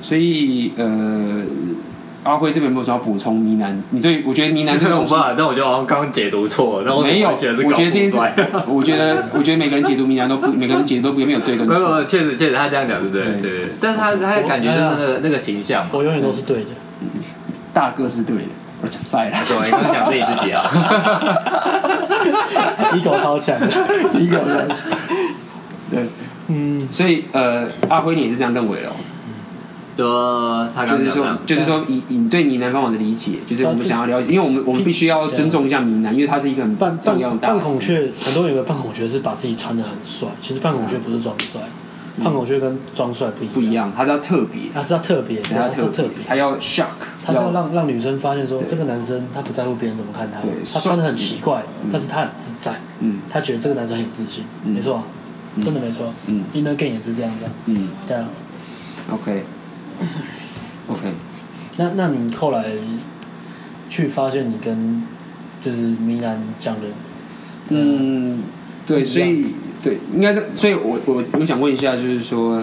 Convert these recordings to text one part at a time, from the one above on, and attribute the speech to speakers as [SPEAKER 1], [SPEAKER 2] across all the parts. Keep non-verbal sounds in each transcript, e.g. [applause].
[SPEAKER 1] 所以呃，阿辉这边有没有想要补充呢喃？你对我觉得呢喃这个
[SPEAKER 2] 那
[SPEAKER 1] 东
[SPEAKER 2] [laughs] 我
[SPEAKER 1] 西
[SPEAKER 2] 不然，那我就好像刚刚解读错了，那我
[SPEAKER 1] 没有，我
[SPEAKER 2] 觉
[SPEAKER 1] 觉
[SPEAKER 2] 得
[SPEAKER 1] 得
[SPEAKER 2] 是搞
[SPEAKER 1] 这件
[SPEAKER 2] 不
[SPEAKER 1] 事
[SPEAKER 2] 出来。，
[SPEAKER 1] [laughs] 我觉得我觉得每个人解读呢喃都不，每个人解读都不没有对跟
[SPEAKER 2] 没有，没
[SPEAKER 1] 错。
[SPEAKER 2] 有确实确实他这样讲对不对？
[SPEAKER 1] 对
[SPEAKER 2] 对对，对但是他他的感觉就是那个那个形象嘛。
[SPEAKER 3] 我永远都是对的。
[SPEAKER 1] 大哥是对的，我就晒了。
[SPEAKER 2] 对，你刚讲自己自己啊。 [laughs]
[SPEAKER 3] ego 超强的，
[SPEAKER 1] 一个人。对，
[SPEAKER 3] 嗯，
[SPEAKER 1] 所以呃，阿辉你也是这样认为咯，
[SPEAKER 2] 说他
[SPEAKER 1] 就
[SPEAKER 2] 刚
[SPEAKER 1] 是
[SPEAKER 2] 讲这
[SPEAKER 1] 说
[SPEAKER 2] 样，
[SPEAKER 1] 就是说以以对呢喃方法的理解，就是我们想要了解，因为我们我们必须要尊重一下呢喃，因为它是一个很
[SPEAKER 3] 扮
[SPEAKER 1] 重要的
[SPEAKER 3] 扮
[SPEAKER 1] 大
[SPEAKER 3] 扮孔
[SPEAKER 1] 事。
[SPEAKER 3] 雀，很多人以为扮孔雀是把自己穿的很帅，其实扮孔雀不是装帅，扮孔雀跟装帅不一样，
[SPEAKER 1] 嗯不一，样，它是要特别，
[SPEAKER 3] 它是要特别，对
[SPEAKER 1] 它
[SPEAKER 3] 它
[SPEAKER 1] 要
[SPEAKER 3] 是要特别，
[SPEAKER 1] 它要 shock，
[SPEAKER 3] 它是要让让女生发现说这个男生他不在乎别人怎么看他
[SPEAKER 1] 对，
[SPEAKER 3] 他穿的很奇怪，但是他很自在，
[SPEAKER 1] 嗯
[SPEAKER 3] 他觉得这个男生很有自信，
[SPEAKER 1] 嗯
[SPEAKER 3] 没错啊，真的没错，
[SPEAKER 1] 嗯
[SPEAKER 3] ，Inner Game 也是这样的，
[SPEAKER 1] 嗯
[SPEAKER 3] 对啊，
[SPEAKER 1] ，OK OK，
[SPEAKER 3] 那那你后来去发现你跟就是米兰讲的，
[SPEAKER 1] 嗯，对，
[SPEAKER 3] 不一样
[SPEAKER 1] 所以对，应该是，所以我我我想问一下，就是说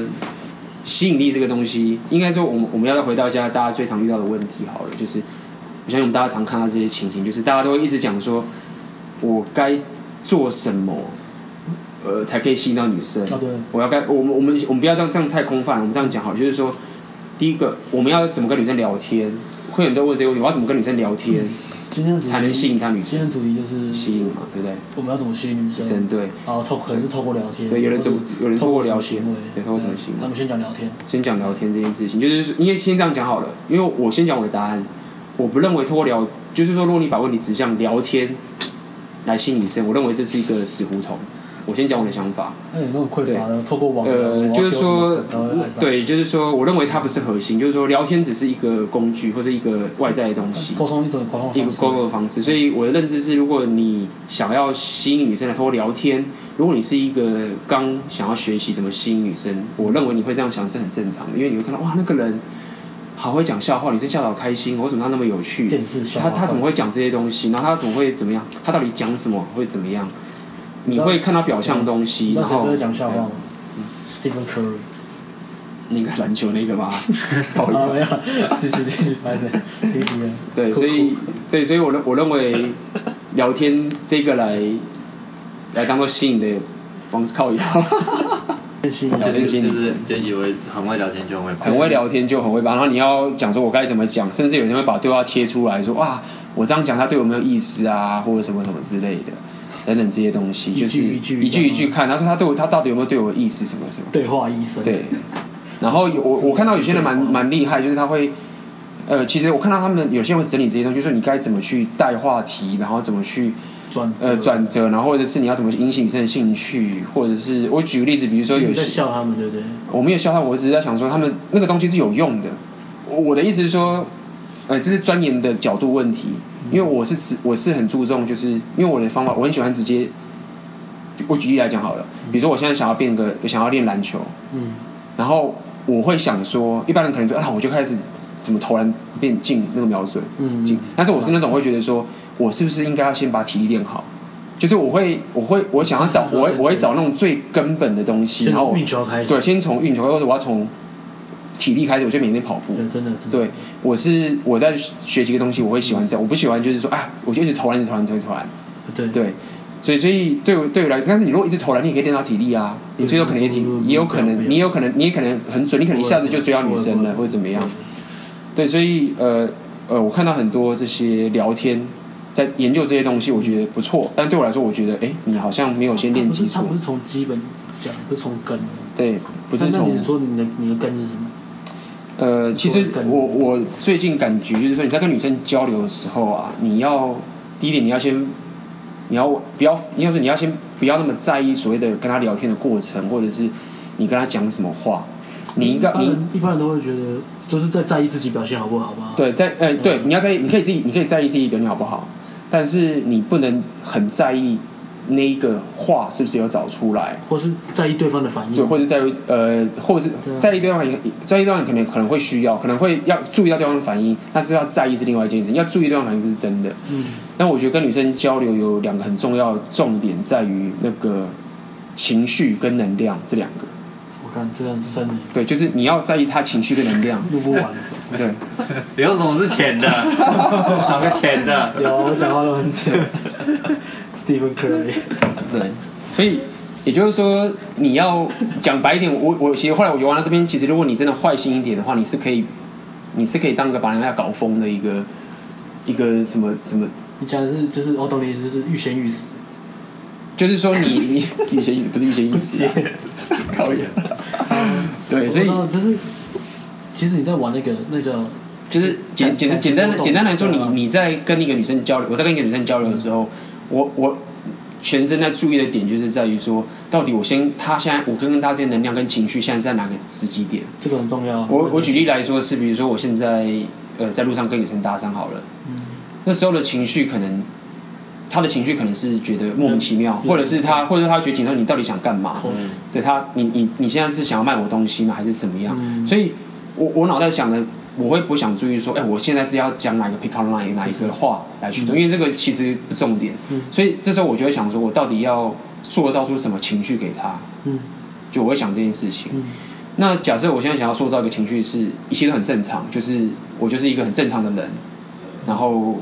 [SPEAKER 1] 吸引力这个东西，应该说我们我们要回到家，大家最常遇到的问题好了，就是我相信我们大家常看到这些情形，就是大家都会一直讲说，我该做什么。呃，才可以吸引到女生。
[SPEAKER 3] 啊对
[SPEAKER 1] 我要该我们我们我们不要这样这样太空泛，我们这样讲好，就是说，第一个我们要怎么跟女生聊天，会很多人问这个问题，我要怎么跟女生聊天、
[SPEAKER 3] 今天的主题
[SPEAKER 1] 才能吸引到女生？
[SPEAKER 3] 今天的主题就是
[SPEAKER 1] 吸引嘛，对不对？
[SPEAKER 3] 我们要怎么吸引嗯女
[SPEAKER 1] 女
[SPEAKER 3] 生？
[SPEAKER 1] 生对。
[SPEAKER 3] 然后透可能是透过聊天，
[SPEAKER 1] 对有人
[SPEAKER 3] 或者
[SPEAKER 1] 怎么有人透
[SPEAKER 3] 透
[SPEAKER 1] 过
[SPEAKER 3] 什么
[SPEAKER 1] 聊天
[SPEAKER 3] 行为，
[SPEAKER 1] 对透过什么行为
[SPEAKER 3] 那我们先讲聊天，
[SPEAKER 1] 先讲聊天这件事情，就是因为先这样讲好了，因为我先讲我的答案，我不认为通过聊，就是说，如果你把问题指向聊天来吸引女生，我认为这是一个死胡同。我先讲我的想法，
[SPEAKER 3] 哎那有那种匮乏的，透过网聊
[SPEAKER 1] 呃，
[SPEAKER 3] 然后
[SPEAKER 1] 就是说
[SPEAKER 3] 丢什么梗然后爱，上，
[SPEAKER 1] 对，就是说，我认为它不是核心，就是说，聊天只是一个工具或是一个外在的东西，
[SPEAKER 3] 沟通一种沟通
[SPEAKER 1] 一个
[SPEAKER 3] 哦方式
[SPEAKER 1] 沟通的方式。所以我的认知是，如果你想要吸引女生来通过聊天，如果你是一个刚想要学习怎么吸引女生，我认为你会这样想是很正常的，因为你会看到哇，那个人好会讲笑话，女生笑得好开心，为什么他那么有趣？
[SPEAKER 3] 电视小
[SPEAKER 1] 他
[SPEAKER 3] 话
[SPEAKER 1] 他怎么会讲这些东西？然后他怎么会怎么样？他到底讲什么会怎么样？你会看到表象的东
[SPEAKER 3] 你
[SPEAKER 1] 西，
[SPEAKER 3] 知道
[SPEAKER 1] 然
[SPEAKER 3] 谁
[SPEAKER 1] 后
[SPEAKER 3] 最会讲笑话吗？Stephen Curry
[SPEAKER 1] [laughs] 那个篮球那个
[SPEAKER 3] [laughs]
[SPEAKER 1] 吗？靠腰
[SPEAKER 3] 啊，没有，继续继续，拍谁？第
[SPEAKER 1] [laughs]
[SPEAKER 3] 一个，
[SPEAKER 1] 对，所以对，所以我认我认为聊天这个来来当做吸引的方式
[SPEAKER 3] [laughs]
[SPEAKER 1] 靠腰，
[SPEAKER 3] 先吸
[SPEAKER 1] [laughs]
[SPEAKER 3] 引聊
[SPEAKER 2] 就是
[SPEAKER 3] 天，
[SPEAKER 2] 就是就以为很会聊天就很会
[SPEAKER 1] 很
[SPEAKER 2] 跑。
[SPEAKER 1] 会聊天就很会吧。然后你要讲说我该怎么讲，甚至有人会把对话贴出来说哇，我这样讲他对我没有意思啊，或者什么什么之类的。等等这些东西，就
[SPEAKER 3] 一句
[SPEAKER 1] 是
[SPEAKER 3] 一句
[SPEAKER 1] 一句一句看，他说他对我，他到底有没有对我有意思，什么什么。
[SPEAKER 3] 对话医生，
[SPEAKER 1] 对，然后有我我看到有些人蛮蛮厉害，就是他会，呃，其实我看到他们有些人会整理这些东西，就是你该怎么去带话题，然后怎么去
[SPEAKER 3] 转
[SPEAKER 1] 呃
[SPEAKER 3] 折
[SPEAKER 1] 转折，然后或者是你要怎么去引起女生的兴趣，或者是我举个例子，比如说有
[SPEAKER 3] 你在
[SPEAKER 1] 些
[SPEAKER 3] 笑他们，对不对？
[SPEAKER 1] 我没有笑他，我只是在想说他们那个东西是有用的。我我的意思是说，呃，这是钻研的角度问题，因为我是只我是很注重，就是因为我的方法，我很喜欢直接。我举例来讲好了，比如说我现在想要变个，想要练篮球，
[SPEAKER 3] 嗯，
[SPEAKER 1] 然后我会想说，一般人可能说啊，我就开始怎么投篮变进那个瞄准，
[SPEAKER 3] 嗯
[SPEAKER 1] 进。但是我是那种会觉得说，我是不是应该要先把体力练好？就是我会，我会，我想要找，
[SPEAKER 3] 是是是
[SPEAKER 1] 我会，我会找那种最根本的东西，
[SPEAKER 3] 先
[SPEAKER 1] 然后
[SPEAKER 3] 从
[SPEAKER 1] 我
[SPEAKER 3] 运球开始，
[SPEAKER 1] 对，先从运球，或者我要从体力开始，我就每天跑步。
[SPEAKER 3] 对，真的，真的，
[SPEAKER 1] 对，我是我在学习一个东西，我会喜欢这样，我不喜欢就是说啊，我就一直投篮，一直投篮，一直投篮。
[SPEAKER 3] 对对。
[SPEAKER 1] 对，所以所以对我对我来说，但是你如果一直投篮，你也可以练到体力啊，你最后可能也体
[SPEAKER 3] 嗯嗯嗯，
[SPEAKER 1] 也有可
[SPEAKER 3] 不要不
[SPEAKER 1] 能，
[SPEAKER 3] 要
[SPEAKER 1] 你也有可能，你也可能很准，你可能一下子就追到女生了，
[SPEAKER 3] 不会不会
[SPEAKER 1] 或者怎么样。对，所以呃呃，我看到很多这些聊天，在研究这些东西，我觉得不错，但对我来说，我觉得哎，你好像没有先练基础
[SPEAKER 3] 他啊不是他不，是从基本讲，不是从根。
[SPEAKER 1] 对，不是
[SPEAKER 3] 那那
[SPEAKER 1] 从
[SPEAKER 3] 你说你的你的根是什么？
[SPEAKER 1] 呃，其实
[SPEAKER 3] 做更
[SPEAKER 1] 我我最近感觉就是说，你在跟女生交流的时候啊，你要第一点你要先，你要不要，应该说你要先不要那么在意所谓的跟她聊天的过程，或者是你跟她讲什么话，你应该
[SPEAKER 3] 一般
[SPEAKER 1] 你
[SPEAKER 3] 人一般人都会觉得，就是在在意自己表现好不好吧？，
[SPEAKER 1] 对在呃对，你要在意，你可以自己你可以在意自己表现好不好，但是你不能很在意那一个话是不是有找出来，
[SPEAKER 3] 或是在意对方的反应。
[SPEAKER 1] 对，或者在于呃，或者是
[SPEAKER 3] 对啊
[SPEAKER 1] 在意对方，在意对方可能可能会需要，可能会要注意到对方的反应，但是要在意是另外一件事，要注意对方的反应是真的。
[SPEAKER 3] 嗯，
[SPEAKER 1] 但我觉得跟女生交流有两个很重要的重点在于那个情绪跟能量这两个。
[SPEAKER 3] 哦我看这很深，
[SPEAKER 1] 对，就是你要在意他情绪的能量，
[SPEAKER 3] 录不完。
[SPEAKER 1] [laughs]
[SPEAKER 3] [laughs]
[SPEAKER 1] 对，
[SPEAKER 2] 有什么是浅的？ [laughs] 找个浅的。
[SPEAKER 3] 有，
[SPEAKER 1] 啊
[SPEAKER 3] 我讲话都很浅。Stephen Curry，
[SPEAKER 1] 对，所以也就是说，你要讲白一点，我我其实后来我觉得玩到这边，其实如果你真的坏心一点的话，你是可以，你是可以当个把人家搞疯的一个一个什么什么，
[SPEAKER 3] 你讲的是就是我懂你意思，是欲仙欲死。
[SPEAKER 1] 就是说你你预先不是预先意识、啊，靠远， [laughs] 对，所以
[SPEAKER 3] 我不知道就是其实你在玩那个那个，
[SPEAKER 1] 就是简简单简单的简单来说，你
[SPEAKER 3] 啊
[SPEAKER 1] 你在跟一个女生交流，我在跟一个女生交流的时候，我我全身在注意的点就是在于说，到底我先她现在我跟她之间能量跟情绪现在在哪个时机点？
[SPEAKER 3] 这个很重要。啊
[SPEAKER 1] 我我举例来说是，比如说我现在呃在路上跟女生搭讪好了，
[SPEAKER 3] 嗯，
[SPEAKER 1] 那时候的情绪可能，她的情绪可能是觉得莫名其妙，
[SPEAKER 3] 嗯
[SPEAKER 1] 或者是她或者是她觉得紧张，你到底想干嘛？
[SPEAKER 3] 口
[SPEAKER 2] 嗯
[SPEAKER 1] 对他，你你你现在是想要卖我东西吗？还是怎么样？
[SPEAKER 3] 嗯呃
[SPEAKER 1] 所以我我脑袋想的，我会不想注意说，哎、我现在是要讲哪个 pick up line 哪一个话来去做，因为这个其实不重点。
[SPEAKER 3] 嗯
[SPEAKER 1] 所以这时候我就会想说，我到底要塑造出什么情绪给他？
[SPEAKER 3] 嗯
[SPEAKER 1] 就我会想这件事情。
[SPEAKER 3] 嗯
[SPEAKER 1] 那假设我现在想要塑造一个情绪是，一切都很正常，就是我就是一个很正常的人，然后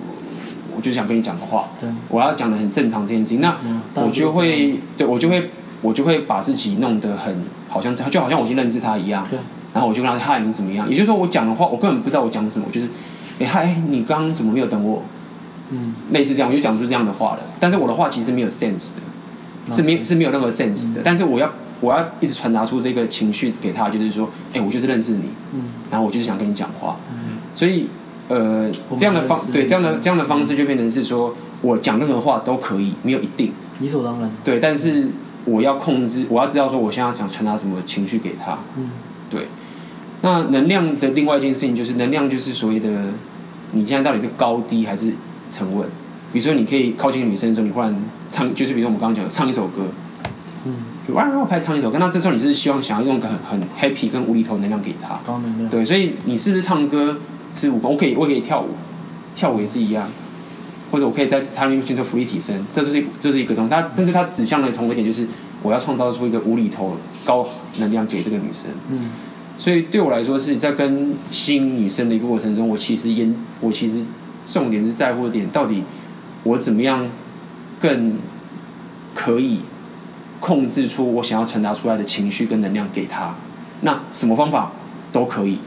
[SPEAKER 1] 我就想跟你讲个话，
[SPEAKER 3] 对，
[SPEAKER 1] 我要讲的很正常这件事情，那
[SPEAKER 3] 嗯
[SPEAKER 1] 我就会对我就会我就会把自己弄得很好像就好像我已经认识他一样，
[SPEAKER 3] 对，
[SPEAKER 1] 然后我就跟他嗨你怎么样？也就是说我讲的话我根本不知道我讲什么，就是哎嗨你刚刚怎么没有等我？
[SPEAKER 3] 嗯，
[SPEAKER 1] 类似这样我就讲出这样的话了，但是我的话其实没有 sense 的，
[SPEAKER 3] 嗯
[SPEAKER 1] 是没是没有任何 sense 的，但是我要我要一直传达出这个情绪给他，就是说哎我就是认识你，
[SPEAKER 3] 嗯
[SPEAKER 1] 然后我就是想跟你讲话，
[SPEAKER 3] 嗯
[SPEAKER 1] 所以呃
[SPEAKER 3] 我们
[SPEAKER 1] 这样的方
[SPEAKER 3] 认识
[SPEAKER 1] 对这样的这样的方式就变成是说我讲任何话都可以，没有一定。
[SPEAKER 3] 理所当然。
[SPEAKER 1] 对，但是我要控制，我要知道说我现在想传达什么情绪给他。
[SPEAKER 3] 嗯
[SPEAKER 1] 对，那能量的另外一件事情就是，能量就是所谓的你现在到底是高低还是沉稳。比如说，你可以靠近女生的时候，你忽然唱，就是比如说我们刚刚讲的唱一首歌，
[SPEAKER 3] 嗯，
[SPEAKER 1] 就哇，我开始唱一首歌，那这时候你就是希望想要用个很很 happy 跟无厘头能量给他。
[SPEAKER 3] 高能量。
[SPEAKER 1] 对，所以你是不是唱歌是舞功？我可以，我也可以跳舞，跳舞也是一样，或者我可以在他面前做浮力提升，这就是一这是一个东西。它但是它指向的同一个点就是，我要创造出一个无厘头高能量给这个女生。
[SPEAKER 3] 嗯，
[SPEAKER 1] 所以对我来说，是在跟新女生的一个过程中，我其实研我其实重点是在乎的点，到底我怎么样更可以控制出我想要传达出来的情绪跟能量给她。那什么方法都可以，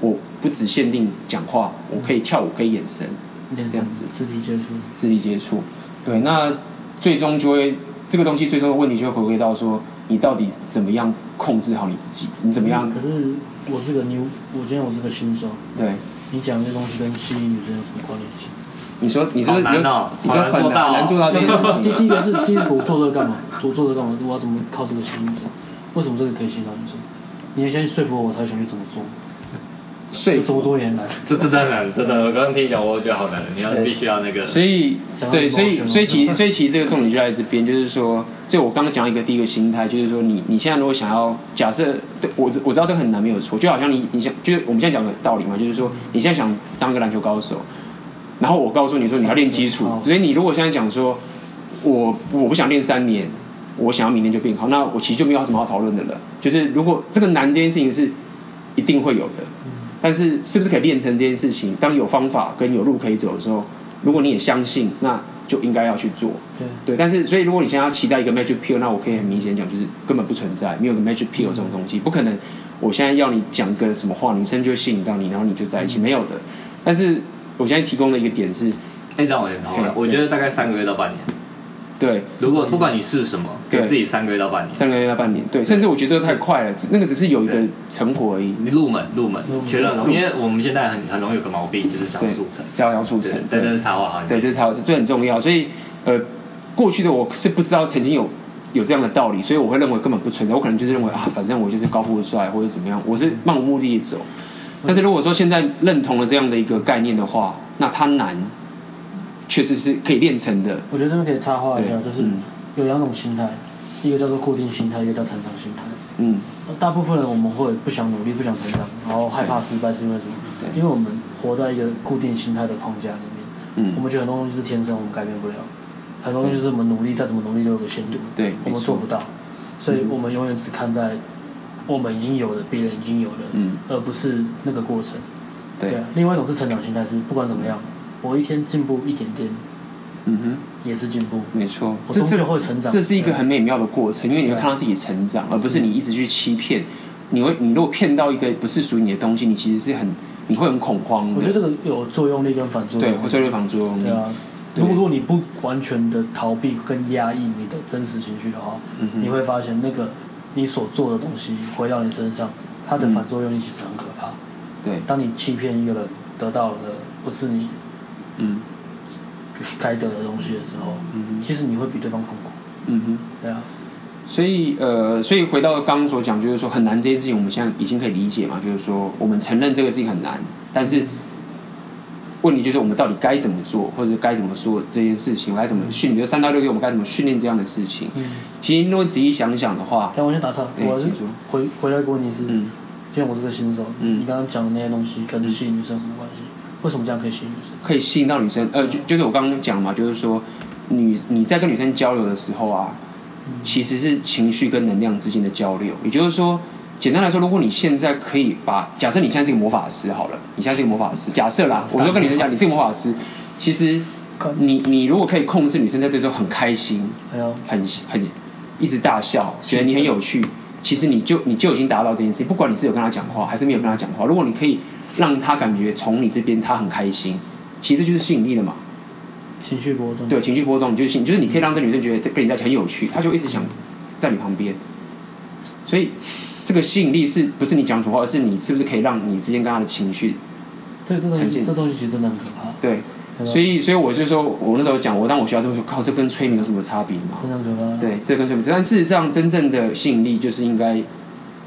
[SPEAKER 1] 我不只限定讲话，我可以跳舞，可以眼神，
[SPEAKER 3] 练
[SPEAKER 1] 这样子
[SPEAKER 3] 肢体接触。
[SPEAKER 1] 肢体接触。对，那最终就会这个东西最终的问题就会回归到说，你到底怎么样控制好你自己？你怎么样
[SPEAKER 3] 可？是我是个 new，我今天我是个新手，
[SPEAKER 1] 对。
[SPEAKER 3] 你讲这东西跟吸引女生有什么关联性？
[SPEAKER 1] 你说你说
[SPEAKER 2] 好
[SPEAKER 1] 你
[SPEAKER 2] 难哦
[SPEAKER 1] 说你说
[SPEAKER 2] 好难
[SPEAKER 1] 很
[SPEAKER 2] 做到
[SPEAKER 1] 难
[SPEAKER 2] 哦
[SPEAKER 1] 难做到这件 [laughs] 事
[SPEAKER 3] 第第
[SPEAKER 1] 情
[SPEAKER 3] 一个是第一个我做这个干嘛？我做这个干嘛？我要怎么靠这个吸引女生？为什么这个可以吸引到女生？你要先说服我，我才想去怎么做，
[SPEAKER 1] 说
[SPEAKER 3] 这么
[SPEAKER 1] 服，
[SPEAKER 3] 多年来。
[SPEAKER 2] 这真的难，真的。我刚刚听你讲，我觉得好难。你要必须要那个，
[SPEAKER 1] 所以
[SPEAKER 3] 讲到
[SPEAKER 1] 对，所以
[SPEAKER 3] emotion
[SPEAKER 1] 所以其所以其实这个重点就在这边，就是说，就我刚刚讲一个第一个心态，就是说你你现在如果想要假设，对我知我知道这个很难没有错，就好像你你想就是我们现在讲的道理嘛，就是说你现在想当个篮球高手，然后我告诉你说你要练基础
[SPEAKER 3] 好，
[SPEAKER 1] 所以你如果现在讲说我我不想练三年，我想要明年就变好，那我其实就没有什么好讨论的了。就是如果这个难这件事情是一定会有的，但是是不是可以练成这件事情？当有方法跟有路可以走的时候，如果你也相信，那就应该要去做。
[SPEAKER 3] 对，
[SPEAKER 1] 对，但是所以如果你现在要期待一个 magic pill，那我可以很明显讲，就是根本不存在，没有个 magic pill 这种东西，不可能。我现在要你讲个什么话，女生就会吸引到你，然后你就在
[SPEAKER 2] 嗯
[SPEAKER 1] 一起，没有的。但是我现在提供的一个点是，
[SPEAKER 2] 哎，让我先稍微
[SPEAKER 1] 对，
[SPEAKER 2] 我觉得大概三个月到半年。
[SPEAKER 1] 对，
[SPEAKER 2] 如果不管你是什么，
[SPEAKER 1] 对
[SPEAKER 2] 给自己三个月到半年，
[SPEAKER 1] 三个月到半年，对，甚至我觉得这个太快了，只那个只是有一个
[SPEAKER 2] 对
[SPEAKER 1] 成果而已，
[SPEAKER 2] 你入门入门
[SPEAKER 3] 入门，
[SPEAKER 2] 确认
[SPEAKER 1] 入，门
[SPEAKER 2] 因为我们现在很很容易有个毛病，就是想
[SPEAKER 1] 对
[SPEAKER 2] 速成，，
[SPEAKER 1] 加强速成
[SPEAKER 2] 对，，但这
[SPEAKER 1] 对，
[SPEAKER 2] 是插话啊。
[SPEAKER 1] 对，这才这很重要。所以，呃，过去的我是不知道曾经有有这样的道理，所以我会认为根本不存在，我可能就是认为啊，反正我就是高富帅或者怎么样，我是漫无目的地走。但是如果说现在认同了这样的一个概念的话，那它难，确实是可以练成的。
[SPEAKER 3] 我觉得这边可以插话一下，
[SPEAKER 1] 对
[SPEAKER 3] 就是
[SPEAKER 1] 嗯
[SPEAKER 3] 有两种心态，一个叫做固定心态，一个叫成长心态。
[SPEAKER 1] 嗯，
[SPEAKER 3] 呃大部分人我们会不想努力、不想成长，然后害怕失败，是因为什么？
[SPEAKER 1] 对
[SPEAKER 3] 因为我们活在一个固定心态的框架里
[SPEAKER 1] 嗯
[SPEAKER 3] 面，我们觉得很多东西是天生，我们改变不了，很多东西就是我们努力，再怎么努力都有个限度，
[SPEAKER 1] 对
[SPEAKER 3] 我
[SPEAKER 1] 没
[SPEAKER 3] 们
[SPEAKER 1] 错
[SPEAKER 3] 做不到，所以我们永远只看在我们已经有的，别人已经有的，
[SPEAKER 1] 嗯，
[SPEAKER 3] 而不是那个过程。
[SPEAKER 1] 对，
[SPEAKER 3] 啊，另外一种是成长心态，是不管怎么样，我一天进步一点点
[SPEAKER 1] 嗯
[SPEAKER 3] 也是进步。
[SPEAKER 1] 哼，没错，
[SPEAKER 3] 我
[SPEAKER 1] 这
[SPEAKER 3] 终
[SPEAKER 1] 这
[SPEAKER 3] 究会成长啊
[SPEAKER 1] 这是一个很美妙的过程，因为你会
[SPEAKER 3] 对啊嗯
[SPEAKER 1] 看到自己成长，而不是你一直去欺骗。你会，你如果骗到一个不是属于你的东西，你其实是很，你会很恐慌的。
[SPEAKER 3] 我觉得这个有作用力跟反作用
[SPEAKER 1] 嗯对，
[SPEAKER 3] 力。
[SPEAKER 1] 会追对方作用力
[SPEAKER 3] 对。啊，
[SPEAKER 1] 对
[SPEAKER 3] 如果如果你不完全的逃避跟压抑你的真实情绪的话，
[SPEAKER 1] 嗯哼
[SPEAKER 3] 你会发现那个你所做的东西回到你身上，它的
[SPEAKER 1] 嗯
[SPEAKER 3] 反作用力其实很可怕。
[SPEAKER 1] 对，
[SPEAKER 3] 当你欺骗一个人得到了不是你
[SPEAKER 1] 嗯
[SPEAKER 3] 该得的东西的时候，
[SPEAKER 1] 嗯哼
[SPEAKER 3] 其实你会比对方痛苦。
[SPEAKER 1] 嗯哼。
[SPEAKER 3] 对啊，
[SPEAKER 1] 所以呃，所以回到刚刚所讲，就是说很难这件事情，我们现在已经可以理解嘛，就是说我们承认这个事情很难，但是问题就是我们到底该怎么做，或者该怎么做这件事情，我该怎么训练？三到六月我们该怎么训练这样的事情？
[SPEAKER 3] 嗯。
[SPEAKER 1] 其实如果仔细想想的话，
[SPEAKER 3] 但我先打岔，
[SPEAKER 1] 哎
[SPEAKER 3] 我还是
[SPEAKER 1] 请说
[SPEAKER 3] 回回来一个问题是，
[SPEAKER 1] 嗯
[SPEAKER 3] 既然我是个新手，
[SPEAKER 1] 嗯
[SPEAKER 3] 你刚刚讲的那些东西跟吸引女生有什么关系？为什么这样可以吸引女生？
[SPEAKER 1] 可以吸引到女生，呃，就就是我刚刚讲嘛，就是说女你在跟女生交流的时候啊，其实是情绪跟能量之间的交流。也就是说，简单来说，如果你现在可以把，假设你现在是个魔法师好了，你现在是个魔法师，假设啦，我就跟女生讲你是个魔法师，其实你你如果可以控制女生在这时候很开心，
[SPEAKER 3] 还有
[SPEAKER 1] 很很一直大笑，觉得你很有趣，其实你就你就已经达到这件事情。不管你是有跟他讲话还是没有跟他讲话，如果你可以让他感觉从你这边他很开心，其实就是吸引力了嘛。
[SPEAKER 3] 情绪波动，
[SPEAKER 1] 对，，情绪波动，你就是吸引就是你可以让这女生觉得这跟你在一起很有趣，她就一直想在你旁边。所以这个吸引力是不是你讲什么话，而是你是不是可以让你之间跟她的情绪
[SPEAKER 3] 这这东
[SPEAKER 1] 呈
[SPEAKER 3] 西
[SPEAKER 1] 现
[SPEAKER 3] 这东西其实真的很可怕，
[SPEAKER 1] 对。
[SPEAKER 3] 对吧
[SPEAKER 1] 所以，所以我就说，我那时候讲，我当我学到之后说，靠，这跟催眠有什么差别吗？
[SPEAKER 3] 真的很可怕。
[SPEAKER 1] 对，这跟什么？但事实上，真正的吸引力就是应该，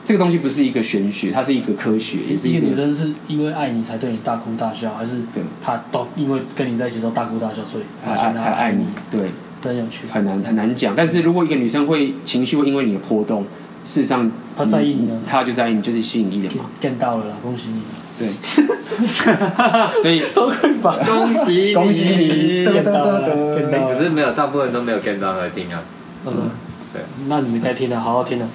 [SPEAKER 1] 这个东西不是一个玄学，它是一个科学，也是
[SPEAKER 3] 一
[SPEAKER 1] 一
[SPEAKER 3] 个女
[SPEAKER 1] 个
[SPEAKER 3] 生是因为爱你才对你大哭大笑，还是
[SPEAKER 1] 对
[SPEAKER 3] 她都因为跟你在一起之后大哭大笑，所以
[SPEAKER 1] 才
[SPEAKER 3] 现
[SPEAKER 1] 爱
[SPEAKER 3] 在
[SPEAKER 1] 啊才爱你？，对，
[SPEAKER 3] 真有趣。
[SPEAKER 1] 很难很难讲。但是如果一个女生会情绪会因为你的波动，事实上
[SPEAKER 3] 她在意你啊
[SPEAKER 1] 她就在意你，就是吸引力了
[SPEAKER 3] get
[SPEAKER 1] 嘛。
[SPEAKER 3] get 到了啦，恭喜你，
[SPEAKER 1] 对， [laughs] 所以
[SPEAKER 3] 都可以吧？
[SPEAKER 2] 恭喜你
[SPEAKER 1] 恭喜你
[SPEAKER 3] 见到了啦，见到
[SPEAKER 2] 可
[SPEAKER 3] 了
[SPEAKER 2] 是。没有，大部分都没有 get 到合听啊。
[SPEAKER 3] [laughs] 嗯，
[SPEAKER 2] 对，
[SPEAKER 3] 那你们该听了，好好听了。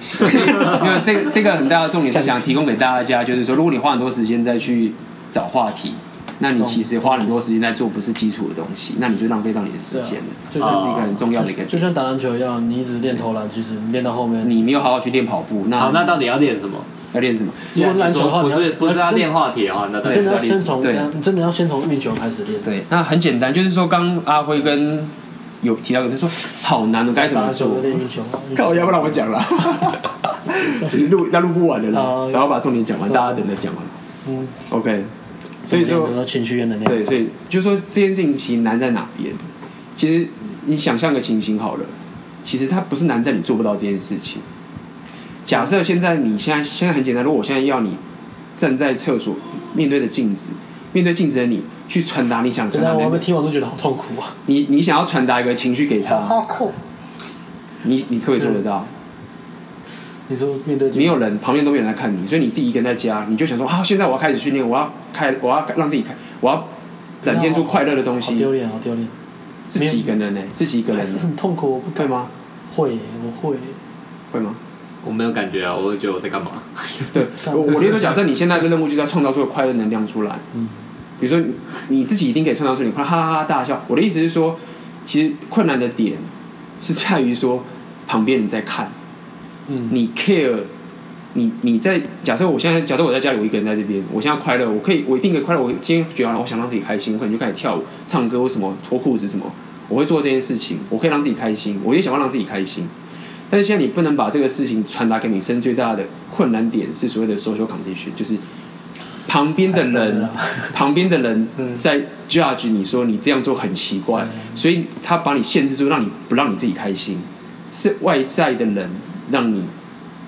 [SPEAKER 1] 没有这个这个很大的重
[SPEAKER 3] [laughs]
[SPEAKER 1] 点是想提供给大家，就是说，如果你花很多时间再去找话题，那你其实花很多时间在做不是基础的东西，那你就浪费到你的时间了。
[SPEAKER 3] 对
[SPEAKER 1] 这
[SPEAKER 3] 啊就是
[SPEAKER 1] 是一个很重要的一个
[SPEAKER 3] 就就
[SPEAKER 1] 点。
[SPEAKER 3] 像打篮球一样，你一直练投篮，其实你练到后面，
[SPEAKER 1] 你没有好好去练跑步，那
[SPEAKER 2] 好，那到底要练什么？
[SPEAKER 1] 要练什么？
[SPEAKER 3] 如果篮球的话，
[SPEAKER 2] 不是不是要
[SPEAKER 3] 你
[SPEAKER 2] 练话题啊，那
[SPEAKER 3] 要
[SPEAKER 2] 到
[SPEAKER 3] 真，
[SPEAKER 2] 底
[SPEAKER 3] 你
[SPEAKER 2] 要
[SPEAKER 3] 真的要先
[SPEAKER 2] 练什么？
[SPEAKER 3] 从，
[SPEAKER 1] 对
[SPEAKER 3] 你真的要先从运球开始练。
[SPEAKER 1] 对，那很简单，就是说刚阿辉跟有提到有人说好难哦的该怎
[SPEAKER 3] 打
[SPEAKER 1] 么
[SPEAKER 3] 篮球
[SPEAKER 1] 做
[SPEAKER 3] 就，练运球，
[SPEAKER 1] 靠，要不然我讲
[SPEAKER 2] [laughs]
[SPEAKER 1] 了，只是录要录不完的
[SPEAKER 3] 好
[SPEAKER 1] 啦， [laughs] 然后把重点讲完，大家等着讲完。
[SPEAKER 3] 嗯，
[SPEAKER 1] OK，所以说
[SPEAKER 3] 怎么练的情绪也能啊练。
[SPEAKER 1] 对，所以就说这件事情其实难在哪边？其实你想象个情形好了，其实它不是难在你做不到这件事情。假设现在你现在现在很简单，如果我现在要你站在厕所面对着镜子，面对镜子的你去传达你想
[SPEAKER 3] 真
[SPEAKER 1] 传达
[SPEAKER 3] 啊的，我
[SPEAKER 1] 的
[SPEAKER 3] 们，听完都觉得好痛苦啊，
[SPEAKER 1] 你你想要传达一个情绪给他，
[SPEAKER 3] 酷。
[SPEAKER 1] 你你可不可以做得到？
[SPEAKER 3] 你说面对
[SPEAKER 1] 没有人，旁边都没有人来看你，所以你自己一个人在家，你就想说啊，现在我要开始训练，我要开，我要让自己开，我要展现出快乐的东
[SPEAKER 3] 好丢
[SPEAKER 1] 西，
[SPEAKER 3] 脸，好丢脸，
[SPEAKER 1] 自己一个人呢，自己一个
[SPEAKER 3] 还
[SPEAKER 1] 人
[SPEAKER 3] 是
[SPEAKER 1] 呢。
[SPEAKER 3] 很痛苦，我不
[SPEAKER 1] 会
[SPEAKER 3] 敢。
[SPEAKER 1] 吗？
[SPEAKER 3] 会，我会。
[SPEAKER 1] 会吗？
[SPEAKER 2] 我没有感觉啊，我会觉得我在干嘛？
[SPEAKER 3] [laughs]
[SPEAKER 1] 对，我我例如说，假设你现在的任务就是要创造出有快乐能量出来，
[SPEAKER 3] 嗯，
[SPEAKER 1] 比如说你你自己一定可以创造出你快乐哈哈哈大笑。我的意思是说，其实困难的点是在于说旁边人在看，
[SPEAKER 3] 嗯
[SPEAKER 1] 你 care，你你在假设我现在假设我在家里我一个人在这边，我现在快乐，我可以我一定可以快乐，我今天觉得我想让自己开心，我可能就开始跳舞、唱歌，为什么脱裤子什么，我会做这件事情，我可以让自己开心，我也想要让自己开心。但是现在你不能把这个事情传达给女生，最大的困难点是所谓的 social condition，就是旁边的
[SPEAKER 3] 太深
[SPEAKER 1] 人
[SPEAKER 3] 了，
[SPEAKER 1] 旁边的人
[SPEAKER 3] [laughs] 嗯
[SPEAKER 1] 在 judge 你说你这样做很奇怪，
[SPEAKER 3] 嗯
[SPEAKER 1] 所以他把你限制住，让你不让你自己开心，是外在的人让你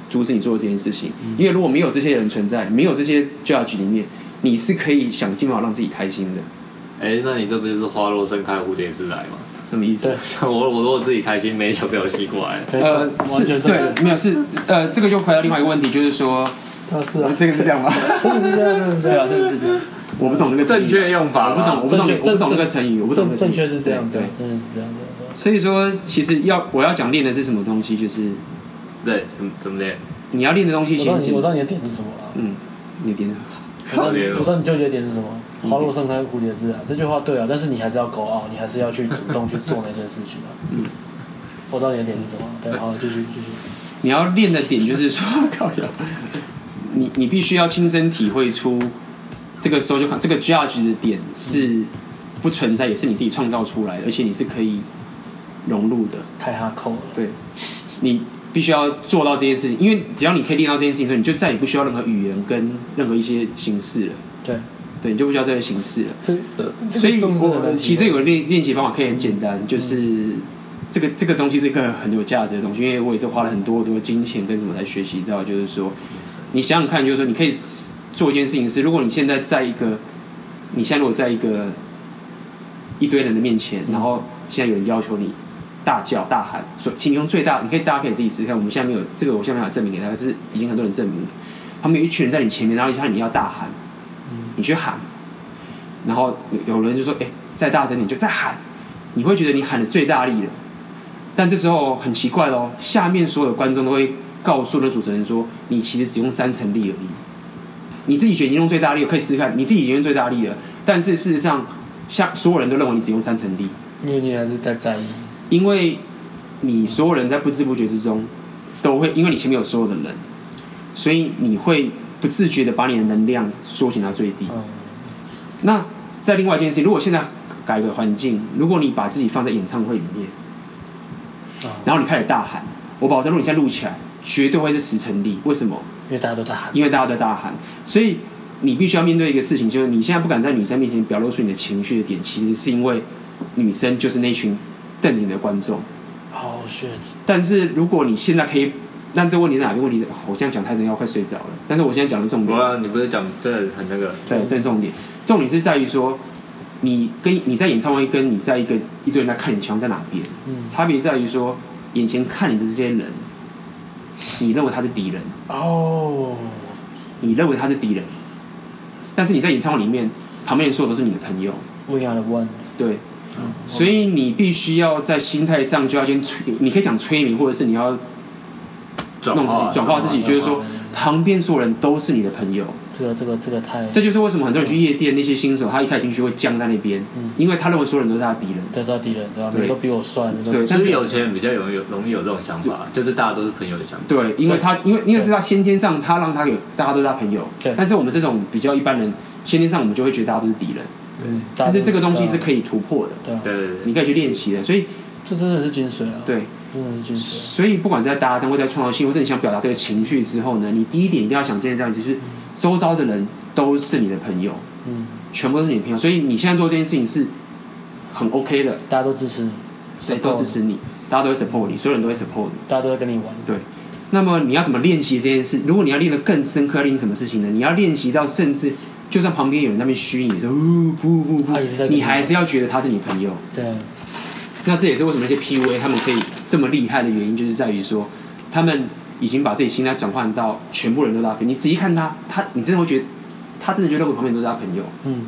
[SPEAKER 1] 阻止你做这件事情。
[SPEAKER 3] 嗯
[SPEAKER 1] 因为如果没有这些人存在，没有这些 judge 里面，你是可以想尽办法让自己开心的。
[SPEAKER 2] 哎，那你这不就是花落盛开蝴蝶自来吗？ [laughs]
[SPEAKER 1] 什么意思
[SPEAKER 3] 对？，
[SPEAKER 2] 我我如果自己开心，没球被我吸过来。
[SPEAKER 3] 没错
[SPEAKER 1] 呃，
[SPEAKER 3] 嗯完
[SPEAKER 1] 是
[SPEAKER 3] 全正
[SPEAKER 1] 对，
[SPEAKER 3] 确。
[SPEAKER 1] 没有是呃，这个就回到另外一个问题，就是
[SPEAKER 3] [laughs]
[SPEAKER 1] 说，
[SPEAKER 3] 啊，
[SPEAKER 1] [laughs]
[SPEAKER 3] 是啊，
[SPEAKER 1] 这个是这样吗？
[SPEAKER 3] 真的是这样，真的是这
[SPEAKER 1] 对啊，
[SPEAKER 3] 样。
[SPEAKER 1] 这个是这样。我不懂这个成语
[SPEAKER 2] 正
[SPEAKER 3] 啊
[SPEAKER 2] 确用法
[SPEAKER 1] 我不懂，
[SPEAKER 2] 吗
[SPEAKER 1] 我不懂，
[SPEAKER 3] 正
[SPEAKER 1] 我
[SPEAKER 3] 确
[SPEAKER 1] 不懂这个成语，我不懂这
[SPEAKER 3] 正
[SPEAKER 1] 个成
[SPEAKER 3] 正
[SPEAKER 1] 语。
[SPEAKER 3] 确是这样子啊
[SPEAKER 1] 对，，
[SPEAKER 3] 真的是这样子。啊对
[SPEAKER 1] 所以说，其实要我要讲练的是什么东西，就是
[SPEAKER 2] 对，怎么怎么练？
[SPEAKER 1] 你要练的东西
[SPEAKER 3] 我知道
[SPEAKER 1] 先
[SPEAKER 3] 你，我
[SPEAKER 1] 进
[SPEAKER 3] 知。道你的点是什么了、
[SPEAKER 1] 嗯，你点什么
[SPEAKER 3] 我知道你，我知道你纠结的点是什么。啊花落盛开，蝴蝶自来，这句话对啊，但是你还是要狗傲，你还是要去主动去做那件事情啊。
[SPEAKER 1] 嗯，
[SPEAKER 3] 我知道你的点是什么。啊对，好，继续继续。
[SPEAKER 1] 你要练的点就是说， [laughs] 靠呀，你你必须要亲身体会出这个 social con- 这个 judge 的点是不存在，也是你自己创造出来的，而且你是可以融入的。
[SPEAKER 3] 太哈扣了。
[SPEAKER 1] 对，你必须要做到这件事情，因为只要你可以练到这件事情之后，你就再也不需要任何语言跟任何一些形式了。
[SPEAKER 3] 对，
[SPEAKER 1] 对，你就不需要这些形式了。
[SPEAKER 3] 这
[SPEAKER 1] 所以我其实有
[SPEAKER 3] 个
[SPEAKER 1] 个练练习方法可以很简单，就是这个这个东西是一个很有价值的东西，因为我也是花了很多很多金钱跟什么来学习到，就是说你想想看，就是说你可以做一件事情是，如果你现在在一个你现在如果在一个一堆人的面前，然后现在有人要求你大叫大喊，说请你用最大，你可以大家可以自己试试看，我们现在没有这个，我现在没有证明给他，可是已经很多人证明了，他们有一群人在你前面，然后一下你要大喊，你去喊。然后有人就说：“哎、再大声点，就再喊。”你会觉得你喊的最大力了，但这时候很奇怪咯，下面所有观众都会告诉那主持人说：“你其实只用三成力而已，你自己觉得你用最大力了，可以试试看，你自己已经用最大力了。”但是事实上，下所有人都认为你只用三成力，
[SPEAKER 3] 因为你还是在在意，
[SPEAKER 1] 因为你所有人在不知不觉之中都会，因为你前面有所有的人，所以你会不自觉的把你的能量缩减到最低。
[SPEAKER 3] 嗯，
[SPEAKER 1] 那在另外一件事情，如果现在改个环境，如果你把自己放在演唱会里面，
[SPEAKER 3] 啊，
[SPEAKER 1] 然后你开始大喊，我保证，如果你现在录起来，绝对会是十成力。为什么？
[SPEAKER 3] 因为大家都在喊，
[SPEAKER 1] 因为大家都在大喊，所以你必须要面对一个事情，就是你现在不敢在女生面前表露出你的情绪的点，其实是因为女生就是那群瞪你的观众。
[SPEAKER 3] 好 shit，
[SPEAKER 1] 但哦是如果你现在可以，那这问题是哪边问题？我这样讲太深要快睡着了。但是我现在讲的重点，
[SPEAKER 2] 哇，你不是讲这很那个？
[SPEAKER 1] 对，这是重点。重点是在于说，你跟你在演唱会跟你在一个一堆人在看你，情况在哪边？
[SPEAKER 3] 嗯，
[SPEAKER 1] 差别在于说，眼前看你的这些人，你认为他是敌人，
[SPEAKER 3] 哦，
[SPEAKER 1] 你认为他是敌人，但是你在演唱会里面，旁边人说的都是你的朋友，
[SPEAKER 3] we are the one，
[SPEAKER 1] 对，
[SPEAKER 3] 嗯，
[SPEAKER 1] 所以你必须要在心态上就要先催，你可以讲催眠，或者是你要弄自己转化自己，就是说旁边所有人都是你的朋友，
[SPEAKER 3] 这个这个这个太，
[SPEAKER 1] 这就是为什么很多人去夜店那些新手，他一开始进去会僵在那边，
[SPEAKER 3] 嗯
[SPEAKER 1] 因为他认为所有人都是他的敌人。
[SPEAKER 3] 得到敌人对吧？
[SPEAKER 1] 对
[SPEAKER 3] 你都比我帅，你都
[SPEAKER 1] 对
[SPEAKER 2] 就是有钱人比较容易有容易有这种想法，就是大家都是朋友的想法。
[SPEAKER 1] 对，因为他因为因为是他先天上他让他有大家都是他朋友，
[SPEAKER 3] 对
[SPEAKER 1] 但是我们这种比较一般人，先天上我们就会觉得大家都是敌人，
[SPEAKER 3] 嗯
[SPEAKER 1] 但是这个东西是
[SPEAKER 3] 对啊
[SPEAKER 1] 可以突破的，
[SPEAKER 3] 对啊，
[SPEAKER 2] 对对对
[SPEAKER 1] 你可以去练习的。所以
[SPEAKER 3] 这真的是精髓啊，，
[SPEAKER 1] 对，
[SPEAKER 3] 真的是精髓，
[SPEAKER 1] 所以不管是在搭讪或在创造性，或者你想表达这个情绪之后呢，你第一点一定要想这件事情，就是周遭的人都是你的朋友，
[SPEAKER 3] 嗯，
[SPEAKER 1] 全部都是你的朋友，所以你现在做这件事情是很 OK 的，
[SPEAKER 3] 大家都支持你，
[SPEAKER 1] 谁都支持你，大家都会 support 你，所有人都会 support 你。
[SPEAKER 3] 大家都在跟你玩，
[SPEAKER 1] 对，那么你要怎么练习这件事？如果你要练得更深刻，练什么事情呢？你要练习到甚至就算旁边有人在那边虚你说呜不不不
[SPEAKER 3] 他也是在，跟你
[SPEAKER 1] 你还是要觉得他是你朋友。
[SPEAKER 3] 对啊，
[SPEAKER 1] 那这也是为什么那些 PUA 他们可以这么厉害的原因，就是在于说他们已经把自己心态转换到全部人都是他朋友。你仔细看他，他你真的会觉得他真的觉得我旁边都是他朋友。
[SPEAKER 3] 嗯，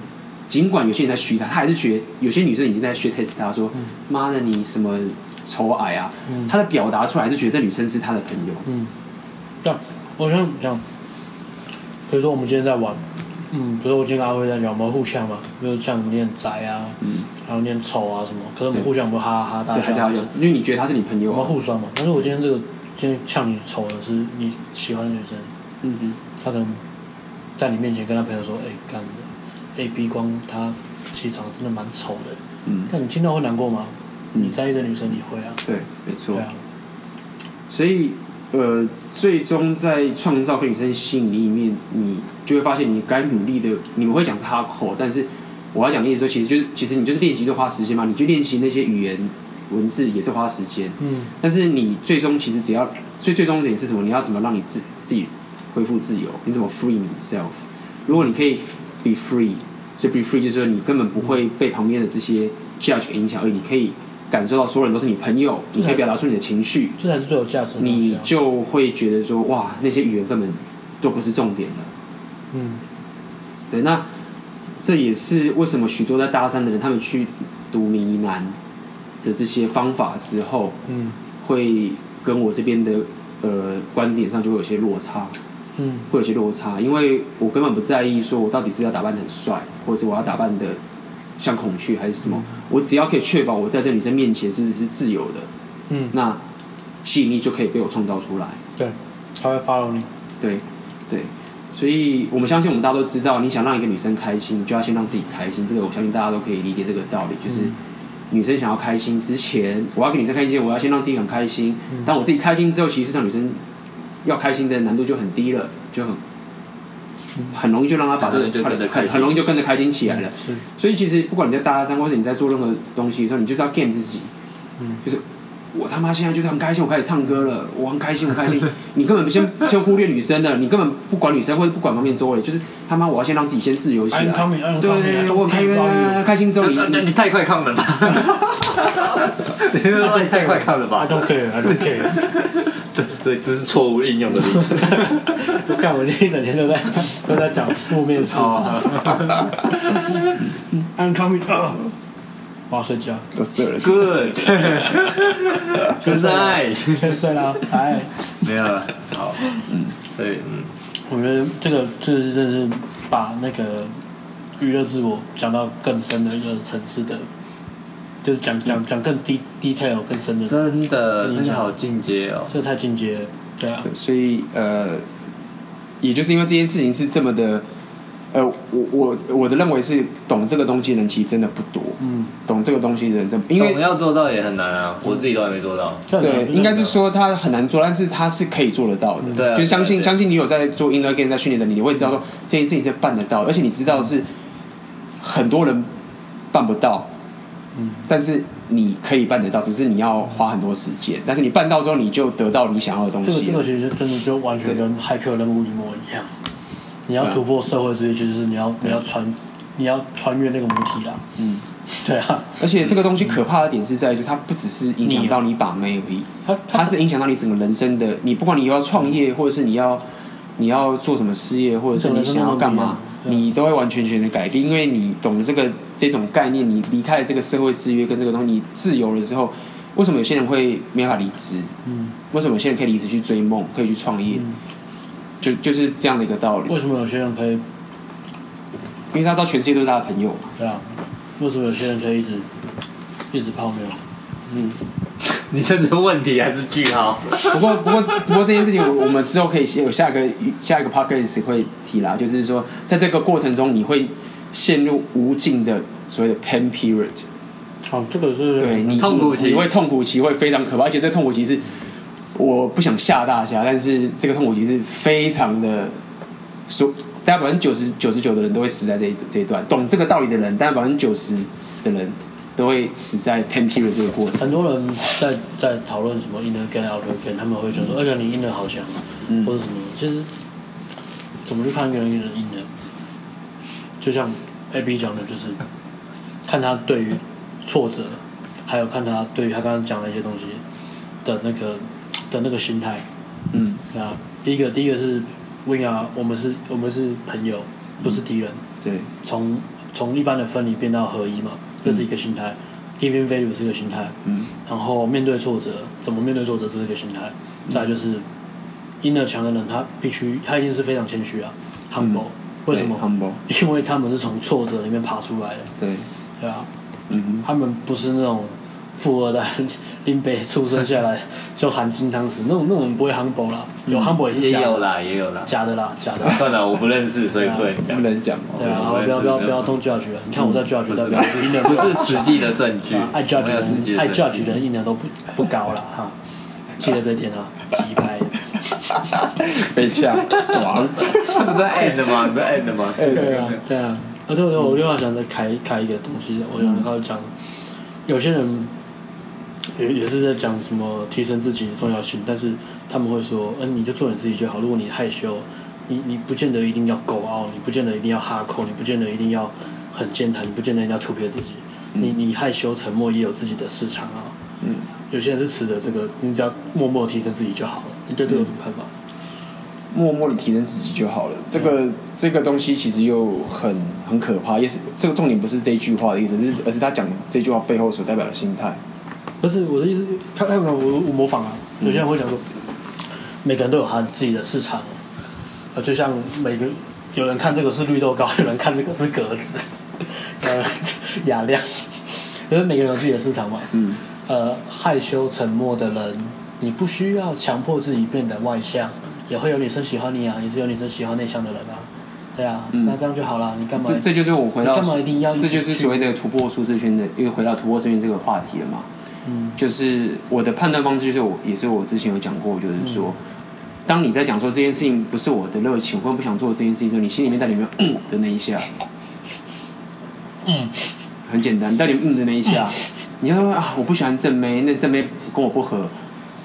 [SPEAKER 1] 尽管有些人在虚他，他还是觉得有些女生已经在学 test 他说
[SPEAKER 3] 嗯：“
[SPEAKER 1] 妈的，你什么丑矮啊
[SPEAKER 3] 嗯？”
[SPEAKER 1] 他的表达出来是觉得这女生是他的朋友。
[SPEAKER 3] 嗯，对啊，我想想，比如说我们今天在玩，嗯，比如说我今天跟阿辉在讲，我们互呛嘛，比如像你很宅啊，
[SPEAKER 1] 嗯，
[SPEAKER 3] 还有你很丑啊什么，可是我们
[SPEAKER 1] 对
[SPEAKER 3] 互相不哈哈哈大哦
[SPEAKER 1] 对，还是
[SPEAKER 3] 笑
[SPEAKER 1] 要，用，因为你觉得他是你朋友
[SPEAKER 3] 我们
[SPEAKER 1] 啊。
[SPEAKER 3] 互酸嘛。但是我今天这个今天呛你丑的是你喜欢的女生，
[SPEAKER 1] 嗯嗯，
[SPEAKER 3] 她可能在你面前跟她朋友说，哎、干的，A B 光她其实长得真的蛮丑的，
[SPEAKER 1] 嗯，
[SPEAKER 3] 但你听到会难过吗？
[SPEAKER 1] 嗯
[SPEAKER 3] 你在意的女生你会啊，
[SPEAKER 1] 对，没错
[SPEAKER 3] 对。啊，
[SPEAKER 1] 所以，呃，最终在创造跟女生吸引力里面，你就会发现你该努力的，你们会讲是哈口，但是我要讲的意思说，其实就是，其实你就是练习就花时间嘛，你去练习那些语言文字也是花时间，
[SPEAKER 3] 嗯，
[SPEAKER 1] 但是你最终其实只要，所以最终点是什么？你要怎么让你自自己恢复自由？你怎么 free yourself？如果你可以 be free，所以 be free 就是说你根本不会被旁边的这些 judge 影响，而你可以感受到所有人都是你朋友，你可以表达出你的情绪，
[SPEAKER 3] 这才是最有价值的东西
[SPEAKER 1] 你
[SPEAKER 3] 啊。
[SPEAKER 1] 就会觉得说哇，那些语言根本都不是重点了。
[SPEAKER 3] 嗯，
[SPEAKER 1] 对，那这也是为什么许多在大三的人，他们去读呢喃的这些方法之后，
[SPEAKER 3] 嗯，
[SPEAKER 1] 会跟我这边的
[SPEAKER 4] 呃观点上就会有些落差，
[SPEAKER 3] 嗯，
[SPEAKER 4] 会有些落差，因为我根本不在意说我到底是要打扮的很帅，或者是我要打扮的像孔雀还是什么，我只要可以确保我在这女生面前是是自由的，
[SPEAKER 3] 嗯，
[SPEAKER 4] 那吸引力就可以被我创造出来。
[SPEAKER 3] 对，他会 follow 你，
[SPEAKER 4] 对，对，所以我们相信我们大家都知道，你想让一个女生开心，你就要先让自己开心。这个我相信大家都可以理解这个道理，就是
[SPEAKER 3] 嗯
[SPEAKER 4] 女生想要开心之前，我要给女生开心之前，我要先让自己很开心。
[SPEAKER 2] 嗯
[SPEAKER 4] 当我自己开心之后，其实让女生要开心的难度就很低了，就很很容易就让她把这
[SPEAKER 2] 嗯很容易就
[SPEAKER 4] 个
[SPEAKER 2] 跟
[SPEAKER 4] 很很容易就跟着
[SPEAKER 2] 着开心
[SPEAKER 4] 开心起来了。
[SPEAKER 3] 是，
[SPEAKER 4] 所以其实不管你在搭讪或者你在做任何东西的时候，你就是要 game 自己，
[SPEAKER 3] 嗯
[SPEAKER 4] 就是我他妈现在就是很开心，我开始唱歌了，我很开心，我开心。你根本先先忽略女生的，你根本不管女生或者不管旁边周围，就是他妈我要先让自己先自由起来。
[SPEAKER 3] I'm coming,
[SPEAKER 4] 对
[SPEAKER 3] I'm
[SPEAKER 4] 对
[SPEAKER 3] coming,
[SPEAKER 4] 对对，
[SPEAKER 3] I don't
[SPEAKER 4] 我很开
[SPEAKER 3] care about
[SPEAKER 4] 心
[SPEAKER 3] you
[SPEAKER 4] 开心之后，你
[SPEAKER 2] 呃那你太快看 [laughs] 了吧？你太快看了吧
[SPEAKER 3] I？don't care, I don't care。
[SPEAKER 2] 这这这是错误应用的例子。
[SPEAKER 3] 我看我这一整天都在 [laughs] 都在讲负面事。I'm coming，啊我要睡觉，
[SPEAKER 1] 都射了。
[SPEAKER 2] Good，good night。 [laughs]
[SPEAKER 3] 先睡啦，拜。
[SPEAKER 2] 没有了，好，嗯，对，嗯，
[SPEAKER 3] 我觉得这个这是真是把那个娱乐自我讲到更深的一个层次的，就是讲讲讲更 d detail 更深的，
[SPEAKER 2] 真的，真的好进阶哦。
[SPEAKER 3] 这个太进阶了，对啊，
[SPEAKER 1] 所以呃，也就是因为这件事情是这么的，呃，我我我的认为是懂这个东西的人其实真的不多，
[SPEAKER 3] 嗯，
[SPEAKER 1] 懂这个东西的人真因
[SPEAKER 2] 懂
[SPEAKER 1] 为
[SPEAKER 2] 要做到也很难啊，我自己都还没做到。
[SPEAKER 3] 这很
[SPEAKER 1] 对，
[SPEAKER 3] 难
[SPEAKER 1] 应该是说他很难做，但是他是可以做得到的。
[SPEAKER 2] 对啊
[SPEAKER 1] 就相信
[SPEAKER 2] 对对
[SPEAKER 1] 相信你有在做 inner game 在训练的你，你会知道说这件事情是办得到，而且你知道是很多人办不到，
[SPEAKER 3] 嗯，
[SPEAKER 1] 但是你可以办得到，只是你要花很多时间。但是你办到之后，你就得到你想要的东
[SPEAKER 3] 这个
[SPEAKER 1] 西啊
[SPEAKER 3] 这个
[SPEAKER 1] 了。
[SPEAKER 3] 其实真的就完全跟骇客任务一模一样，你要突破社会主义，就是你要你要穿你要穿越那个母体啦，
[SPEAKER 1] 嗯，
[SPEAKER 3] 对啊，
[SPEAKER 1] 而且这个东西可怕的点是在于说，它不只是影响到你把妹而已，
[SPEAKER 3] 他
[SPEAKER 1] 它是影响到你整个人生的。你不管你要创业，或者是你要你要做什么事业，或者是你想要干嘛，
[SPEAKER 3] 整个人生都不一样
[SPEAKER 1] 你都会完全全的改变，因为你懂了这个这种概念，你离开了这个社会制约跟这个东西，你自由了之后，为什么有些人会没办法离职？
[SPEAKER 3] 嗯，
[SPEAKER 1] 为什么有些人可以离职去追梦，可以去创业？就就是这样的一个道理，
[SPEAKER 3] 为什么有些人可以
[SPEAKER 1] 因为他知道全世界都是他的朋友嘛。
[SPEAKER 3] 对啊？为什么有些人可以一直一直泡妞？
[SPEAKER 2] 你这是问题还是句号？
[SPEAKER 1] [laughs] 不过，不过，不过这件事情，我我们之后可以先有下一个下一个 podcast 会提啦，就是说，在这个过程中，你会陷入无尽的所谓的 pain period，
[SPEAKER 3] 哦，这个是
[SPEAKER 1] 对你
[SPEAKER 2] 痛苦期
[SPEAKER 1] 你会痛苦期会非常可怕，而且这痛苦期是我不想吓大家，但是这个痛苦期是非常的，所大概百分之九十九十九的人都会死在这一这一段，懂这个道理的人，但百分之九十的人都会死在 pain period 这个过程。
[SPEAKER 3] 很多人在在讨论什么 inner gain outer gain，他们会觉得说，哎呀，你 inner 好强，
[SPEAKER 1] 嗯
[SPEAKER 3] 或者什么，其实怎么去看一个人 inner inner，就像 A B 讲的，就是看他对于挫折，还有看他对于他刚刚讲的一些东西的那个的那个心态。
[SPEAKER 1] 嗯，
[SPEAKER 3] 啊，第一个第一个是 win 啊，我们是我们是朋友，不是敌人。
[SPEAKER 1] 对，
[SPEAKER 3] 从从一般的分离变到合一嘛，这是一个心态。Giving value 是一个心态，
[SPEAKER 1] 嗯，
[SPEAKER 3] 然后面对挫折，怎么面对挫折这是一个心态。
[SPEAKER 1] 嗯
[SPEAKER 3] 再来就是 inner 强的人，他必须他一定是非常谦虚啊，humble、为什么
[SPEAKER 1] 嗯对？humble，
[SPEAKER 3] [laughs] 因为他们是从挫折里面爬出来的，
[SPEAKER 1] 对，
[SPEAKER 3] 对啊，
[SPEAKER 1] 嗯哼。
[SPEAKER 3] 他们不是那种富二代林北出生下来就含金汤匙，那种那种人不会 humble 啦，
[SPEAKER 1] 嗯
[SPEAKER 3] 有 humble 也是
[SPEAKER 2] 也
[SPEAKER 3] 假
[SPEAKER 2] 有
[SPEAKER 3] 的，
[SPEAKER 2] 啦，也有啦。
[SPEAKER 3] 假的啦，假的。
[SPEAKER 2] 算了，我不认识，所以不能讲
[SPEAKER 1] 不。能讲哦。
[SPEAKER 3] 对啊，然后不要不要不要动 judge 了，你看我在 judge
[SPEAKER 2] 不
[SPEAKER 3] 代
[SPEAKER 2] 是
[SPEAKER 3] 表 inner
[SPEAKER 2] 不是实际的证据
[SPEAKER 3] 啊，爱
[SPEAKER 2] 我没有实
[SPEAKER 3] judge
[SPEAKER 2] 际
[SPEAKER 3] 的
[SPEAKER 2] 的
[SPEAKER 3] 爱
[SPEAKER 2] 证
[SPEAKER 3] judge
[SPEAKER 2] 据。
[SPEAKER 3] 的一点都不不高了哈，记得这一点啊，鸡排。
[SPEAKER 1] 被呛，爽。
[SPEAKER 2] 他不是 end 吗？你不是 end 吗？
[SPEAKER 3] 对啊，对啊。啊，对对，我另外想再开开一个东西，我想要讲，有些人也也是在讲什么提升自己的重要性，但是他们会说，嗯、你就做你自己就好。如果你害羞，你你不见得一定要狗傲，你不见得一定要哈扣，你不见得一定要很健谈，你不见得一定要突破自己。你你害羞沉默也有自己的市场啊。
[SPEAKER 1] 嗯，
[SPEAKER 3] 有些人是持着这个，你只要默默提升自己就好了。你对这个有什么看法？
[SPEAKER 1] 默默的提升自己就好了。这个这个东西其实又很很可怕，也是这个重点不是这句话的意思，是而是他讲这句话背后所代表的心态。
[SPEAKER 3] 不是我的意思，他他们我我模仿啊，有些人会讲说，每个人都有他自己的市场，呃，就像每个有人看这个是绿豆糕，有 [laughs] 人看这个是格子， [laughs] 呃，雅亮，就是每个人有自己的市场嘛。
[SPEAKER 1] 嗯。
[SPEAKER 3] 呃，害羞沉默的人，你不需要强迫自己变得外向，也会有女生喜欢你啊，也是有女生喜欢内向的人啊，对啊，
[SPEAKER 1] 嗯
[SPEAKER 3] 那这样就好了，你干嘛
[SPEAKER 1] 这？这就是我回到
[SPEAKER 3] 你干嘛一定要一
[SPEAKER 1] 这
[SPEAKER 3] 直
[SPEAKER 1] 就是
[SPEAKER 3] 去
[SPEAKER 1] 所谓的突破舒适圈的，因为回到突破舒适圈这个话题了嘛。
[SPEAKER 3] 嗯，
[SPEAKER 1] 就是我的判断方式，就是我也是我之前有讲过，就是说，
[SPEAKER 3] 嗯
[SPEAKER 1] 当你在讲说这件事情不是我的热情，或者不想做这件事情的时候，你心里面到底有没有嗯的那一下？
[SPEAKER 3] 嗯，
[SPEAKER 1] 很简单，到底嗯的那一下，你要说啊，我不喜欢正妹，那正妹跟我不合，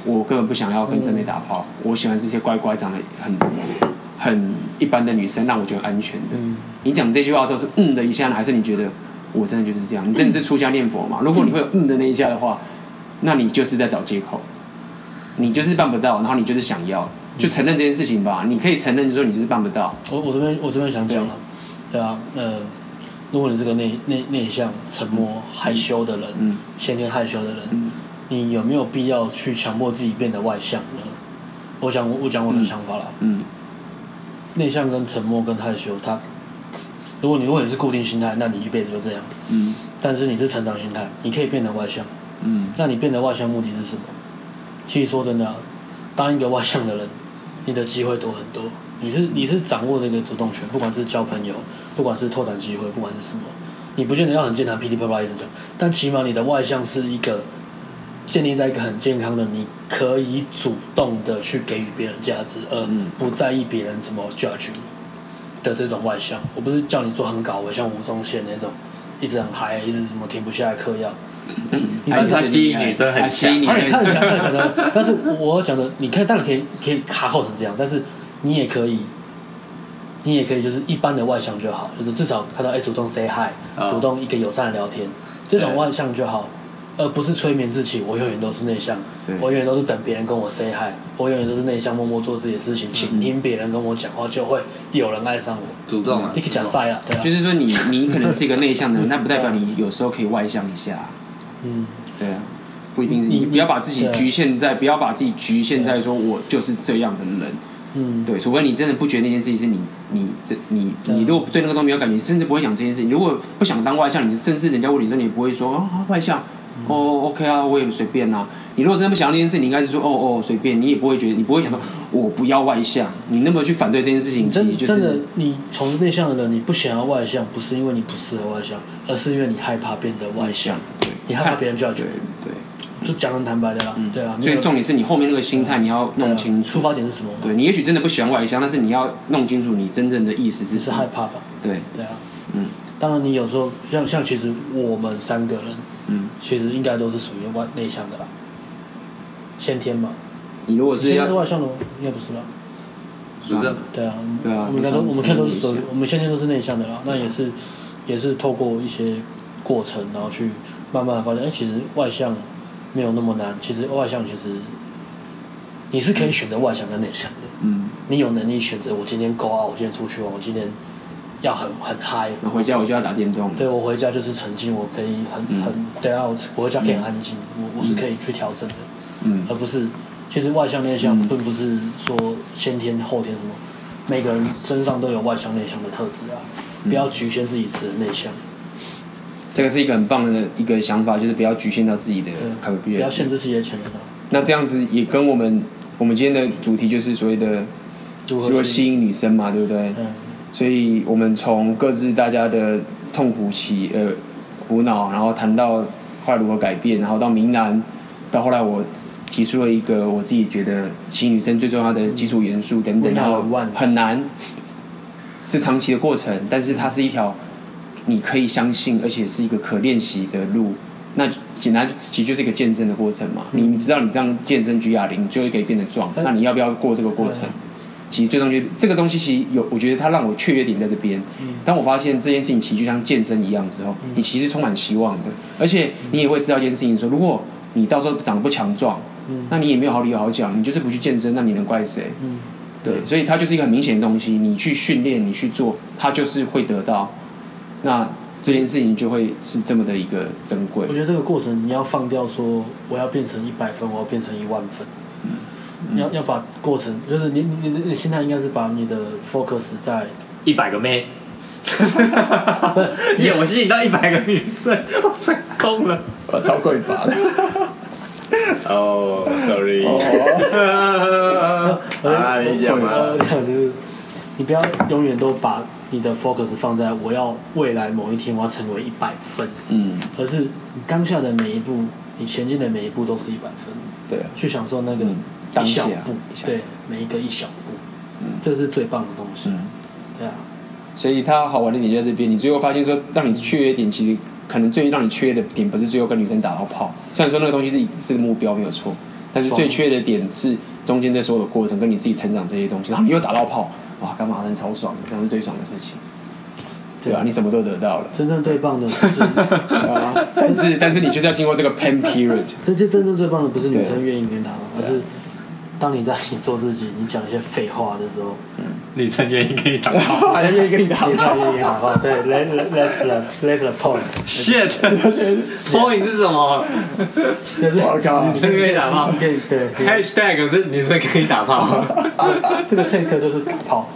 [SPEAKER 1] 我根本不想要跟正妹打炮，我喜欢这些乖乖长得很很一般的女生，让我觉得安全的。
[SPEAKER 3] 嗯
[SPEAKER 1] 你讲这句话的时候是嗯的一下呢，还是你觉得我真的就是这样？你真的是出家念佛嘛？如果你会有嗯的那一下的话，那你就是在找借口，你就是办不到，然后你就是想要，就承认这件事情吧。你可以承认就说你就是办不到，
[SPEAKER 3] 我我这边我这边想讲了，对啊，呃，如果你是个内内内向、沉默、害羞的人，
[SPEAKER 1] 嗯
[SPEAKER 3] 先天害羞的人，
[SPEAKER 1] 嗯
[SPEAKER 3] 你有没有必要去强迫自己变得外向呢？我想我讲我的想法啦，
[SPEAKER 1] 嗯
[SPEAKER 3] 内向跟沉默跟害羞，它如果你如果你是固定心态，那你一辈子就这样。
[SPEAKER 1] 嗯
[SPEAKER 3] 但是你是成长心态，你可以变得外向。
[SPEAKER 1] 嗯
[SPEAKER 3] 那你变得外向目的是什么？其实说真的啊、当一个外向的人，你的机会多很多。你是你是掌握这个主动权，不管是交朋友，不管是拓展机会，不管是什么，你不见得要很健谈噼里啪啦一直讲，但起码你的外向是一个建立在一个很健康的，你可以主动的去给予别人价值，而
[SPEAKER 1] 嗯
[SPEAKER 3] 不在意别人怎么 judge 你的这种外向。我不是叫你做很搞我像吴宗宪那种，一直很嗨，一直什么停不下来嗑药。你
[SPEAKER 2] 还
[SPEAKER 3] 看
[SPEAKER 2] 是他吸引女生很
[SPEAKER 1] 还吸引
[SPEAKER 2] 强
[SPEAKER 1] 女，
[SPEAKER 3] 而且啊
[SPEAKER 1] 生
[SPEAKER 3] 看起来看起来的，但是我要讲的，你可以当然可以可以卡扣成这样，但是你也可以，你也可以就是一般的外向就好，就是至少看到哎、主动 say hi，、
[SPEAKER 1] 啊
[SPEAKER 2] 哦
[SPEAKER 3] 主动一个友善的聊天，这种外向就好，而不是催眠自己，我永远都是内向
[SPEAKER 1] 对，
[SPEAKER 3] 我永远都是等别人跟我 say hi，我永远都是内向，默默做自己的事情，
[SPEAKER 1] 嗯
[SPEAKER 3] 请听别人跟我讲话，就会有人爱上我。
[SPEAKER 2] 主动啊
[SPEAKER 3] 你，可以讲塞了，对啊，
[SPEAKER 1] 就是说你你可能是一个内向的人，那不代表你有时候可以外向一下，
[SPEAKER 3] 嗯，
[SPEAKER 1] 对啊。不一定是，
[SPEAKER 3] 你
[SPEAKER 1] 你不要把自己
[SPEAKER 3] 对啊
[SPEAKER 1] 局限在，不要把自己局限在说我就是这样的人，
[SPEAKER 3] 嗯，
[SPEAKER 1] 对，除非你真的不觉得那件事情是你你这你
[SPEAKER 3] 对啊
[SPEAKER 1] 你如果对那个东西没有感觉，你甚至不会讲这件事情。如果不想当外向，你甚至人家问你说，你也不会说啊外向，
[SPEAKER 3] 嗯
[SPEAKER 1] 哦 OK 啊，我也随便啊。你如果真的不想要那件事，你应该是说哦哦随便，你也不会觉得，你不会想说我不要外向，你那么去反对这件事情，
[SPEAKER 3] 你
[SPEAKER 1] 其
[SPEAKER 3] 真
[SPEAKER 1] 实就
[SPEAKER 3] 真的
[SPEAKER 1] 是，
[SPEAKER 3] 你从内向的人，你不想要外向，不是因为你不适合外向，而是因为你害怕变得外向，
[SPEAKER 1] 对，
[SPEAKER 3] 你害怕别人叫
[SPEAKER 1] 对
[SPEAKER 3] 你，
[SPEAKER 1] 对，嗯
[SPEAKER 3] 就讲得很坦白的啦，对啊，
[SPEAKER 1] 所以重
[SPEAKER 3] 点
[SPEAKER 1] 点是你后面那个心
[SPEAKER 3] 啊
[SPEAKER 1] 态你要弄清楚
[SPEAKER 3] 出。发点是什么嘛，
[SPEAKER 1] 对你也许真的不喜欢外向，但是你要弄清楚你真正的意思是
[SPEAKER 3] 你
[SPEAKER 1] 什
[SPEAKER 3] 是
[SPEAKER 1] 么
[SPEAKER 3] 害。怕吧，
[SPEAKER 1] 对，
[SPEAKER 3] 对啊，
[SPEAKER 1] 嗯
[SPEAKER 3] 当然你有时候像像其实我们三个人，
[SPEAKER 1] 嗯，
[SPEAKER 3] 其实应该都是属于外内向的啦，先天嘛，
[SPEAKER 1] 你如果
[SPEAKER 3] 我
[SPEAKER 1] 是
[SPEAKER 3] 现在
[SPEAKER 1] 要
[SPEAKER 3] 是外向的吗，应该不是吧？
[SPEAKER 2] 不是啊
[SPEAKER 3] 对啊，
[SPEAKER 1] 对啊
[SPEAKER 3] 我们应该都
[SPEAKER 1] 内向
[SPEAKER 3] 我们现在都是
[SPEAKER 1] 内
[SPEAKER 3] 属于
[SPEAKER 1] 向
[SPEAKER 3] 我们先天都是内向的啦，那也是也是透过一些过程，然后去慢慢的发现，哎、其实外向没有那么难，其实外向其实你是可以选择外向跟内向的，
[SPEAKER 1] 嗯，
[SPEAKER 3] 你有能力选择我今天勾啊，我今天出去玩，我今天要很很嗨，
[SPEAKER 1] 那回家我就要打电动了。
[SPEAKER 3] 对我回家就是沉浸，我可以很
[SPEAKER 1] 嗯
[SPEAKER 3] 很，对啊，我我回家可以很安静，我我是可以去调整的，
[SPEAKER 1] 嗯
[SPEAKER 3] 而不是，其实外向内向并不是说先天后天什么，每个人身上都有外向内向的特质啊，
[SPEAKER 1] 嗯
[SPEAKER 3] 不要局限自己只能内向，
[SPEAKER 1] 这个是一个很棒的一个想法，就是不要局限到自己的
[SPEAKER 3] 对
[SPEAKER 1] c a p a，b
[SPEAKER 3] 不
[SPEAKER 1] i
[SPEAKER 3] 要
[SPEAKER 1] l
[SPEAKER 3] 限制自己的潜能啊，
[SPEAKER 1] 那这样子也跟我们我们今天的主题就是所谓的
[SPEAKER 3] 如
[SPEAKER 1] 如
[SPEAKER 3] 何
[SPEAKER 1] 何吸引女生嘛，对不对？
[SPEAKER 3] 嗯，
[SPEAKER 1] 所以我们从各自大家的痛苦期呃苦恼，然后谈到后来如何改变，然后到明南，到后来我提出了一个我自己觉得吸引女生最重要的基础元素等等，
[SPEAKER 3] 嗯
[SPEAKER 1] 然后
[SPEAKER 3] 温暖万
[SPEAKER 1] 很难，是长期的过程，但是它是一条你可以相信，而且是一个可练习的路。那简单其实就是一个健身的过程嘛，你知道你这样健身举哑铃，你就会可以变得壮。
[SPEAKER 3] 嗯
[SPEAKER 1] 那你要不要过这个过程？其实最终就这个东西，其实有我觉得它让我雀跃点在这边。当我发现这件事情其实就像健身一样之后，你其实充满希望的，而且你也会知道一件事情说，如果你到时候长得不强壮，那你也没有好理由好讲，你就是不去健身，那你能怪谁？
[SPEAKER 3] 嗯
[SPEAKER 1] 对，所以它就是一个很明显的东西，你去训练，你去做，它就是会得到。那这件事情就会是这么的一个珍贵嗯
[SPEAKER 3] 我。觉得这个过程你要放掉说我要变成一百分，我要变成一万分，要要把过程，就是你你你你现在应该是把你的 focus 在
[SPEAKER 2] 一百个妹。 [laughs] 耶！我吸引到一百个女生，我成功了。
[SPEAKER 1] 我啊超贵吧的。
[SPEAKER 2] 哦、s o r r y [laughs] 啊，
[SPEAKER 3] 呃
[SPEAKER 2] 你讲嘛
[SPEAKER 3] 呃，这样就是你不要永远都把你的 focus 放在我要未来某一天我要成为一百分，
[SPEAKER 1] 嗯，
[SPEAKER 3] 而是你当下的每一步，你前进的每一步都是一百分，
[SPEAKER 1] [laughs] 对啊，
[SPEAKER 3] 去享受那个
[SPEAKER 1] 嗯当
[SPEAKER 3] 一
[SPEAKER 1] 下
[SPEAKER 3] 小步
[SPEAKER 1] 一，小步
[SPEAKER 3] 对，每一个一小步，
[SPEAKER 1] 嗯
[SPEAKER 3] 这是最棒的东西，
[SPEAKER 1] 嗯，
[SPEAKER 3] 对啊，
[SPEAKER 1] 所以它好玩的点在这边，你最后发现说，让你雀跃点，其实可能最让你雀跃的点不是最后跟女生打到炮，虽然说那个东西是一次目标没有错，但是最雀跃的点是中间这所有的过程跟你自己成长这些东西，然后你又打到炮，哇，干嘛真超爽的，这样是最爽的事情，对啊，你什么都得到了，
[SPEAKER 3] 真正最棒的不是，
[SPEAKER 1] [laughs] 对啊，但是但是你就是要经过这个 pain period，
[SPEAKER 3] 这些真正最棒的不是女
[SPEAKER 1] 对
[SPEAKER 3] 生愿意跟他，而是当你在你做自己，你讲一些废话的时候。
[SPEAKER 2] 女生愿意跟你打炮
[SPEAKER 1] 啊，愿意跟你打
[SPEAKER 3] 你才也好话，哦对，let let's the let's the point，
[SPEAKER 2] ？Shit！point 是什么
[SPEAKER 3] 就是
[SPEAKER 1] 我靠
[SPEAKER 3] 你
[SPEAKER 2] 可以打炮
[SPEAKER 3] 你可以对，可以
[SPEAKER 2] ？Hashtag 是女生跟你打炮。
[SPEAKER 3] [laughs] 这个 take 就是打炮，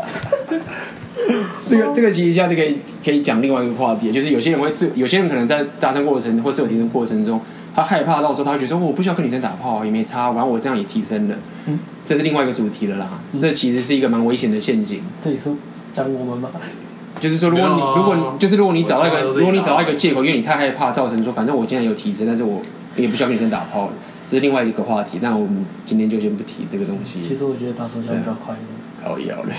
[SPEAKER 1] 这
[SPEAKER 2] 哦
[SPEAKER 1] 个这个其实下次可以可以讲另外一个话题，就是有些人会自，有些人可能在搭讪过程或自我提升过程中，他害怕到时候他会觉得说，哦我不需要跟女生打炮啊也没差，然后我这样也提升了，
[SPEAKER 3] 嗯
[SPEAKER 1] 这是另外一个主题了啦。
[SPEAKER 2] 嗯
[SPEAKER 1] 这其实是一个蛮危险的陷阱，
[SPEAKER 3] 这里是讲我们吗？
[SPEAKER 1] 嗯就是说如果你、
[SPEAKER 2] 没有啊
[SPEAKER 1] 如果你就是如果你找到一
[SPEAKER 2] 我
[SPEAKER 1] 个
[SPEAKER 2] 从来都是
[SPEAKER 1] 如果你找到一个借口，因为你太害怕造成说，反正我现在有提升，但是我也不需要跟女生打炮了，这是另外一个话题。那我们今天就先不提这个东
[SPEAKER 3] 其
[SPEAKER 1] 西，
[SPEAKER 3] 实我觉得打手枪比较快乐，
[SPEAKER 1] 搞一摇
[SPEAKER 2] [laughs]
[SPEAKER 1] 了。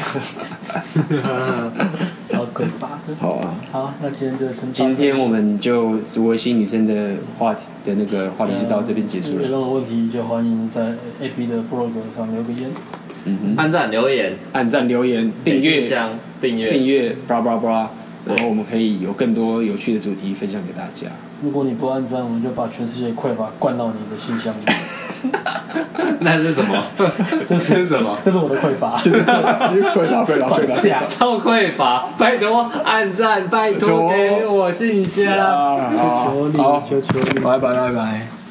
[SPEAKER 3] 然后鬼吧。
[SPEAKER 1] 好啊。
[SPEAKER 3] 好，那今天就先到这
[SPEAKER 1] 今天我们就维新女生的话题的那个话题就到这边结束
[SPEAKER 3] 有
[SPEAKER 1] 了。
[SPEAKER 3] 任何问题就欢迎在 AB 的 blog 上留个言。
[SPEAKER 1] 嗯哼，
[SPEAKER 2] 按赞、留言、
[SPEAKER 1] 按赞、留言、订
[SPEAKER 2] 信
[SPEAKER 1] 阅、
[SPEAKER 2] 箱、订阅、
[SPEAKER 1] 订阅，叭叭叭，
[SPEAKER 2] 对
[SPEAKER 1] 然后我们可以有更多有趣的主题分享给大
[SPEAKER 3] [laughs]
[SPEAKER 1] 家。
[SPEAKER 3] 如果你不按赞，我们就把全世界匮乏灌到你的信
[SPEAKER 1] [laughs]
[SPEAKER 3] 箱里。
[SPEAKER 2] 那是什么？ [laughs] 这是什 [laughs] 么？
[SPEAKER 3] 这是我的匮乏，就是
[SPEAKER 1] 快
[SPEAKER 3] [laughs]
[SPEAKER 1] 吧，快吧，快吧！
[SPEAKER 3] 假。
[SPEAKER 2] 超匮乏，拜托按赞，拜托给我信箱。
[SPEAKER 1] 好，
[SPEAKER 3] 啊求求你，求求你。
[SPEAKER 1] 拜拜，拜拜。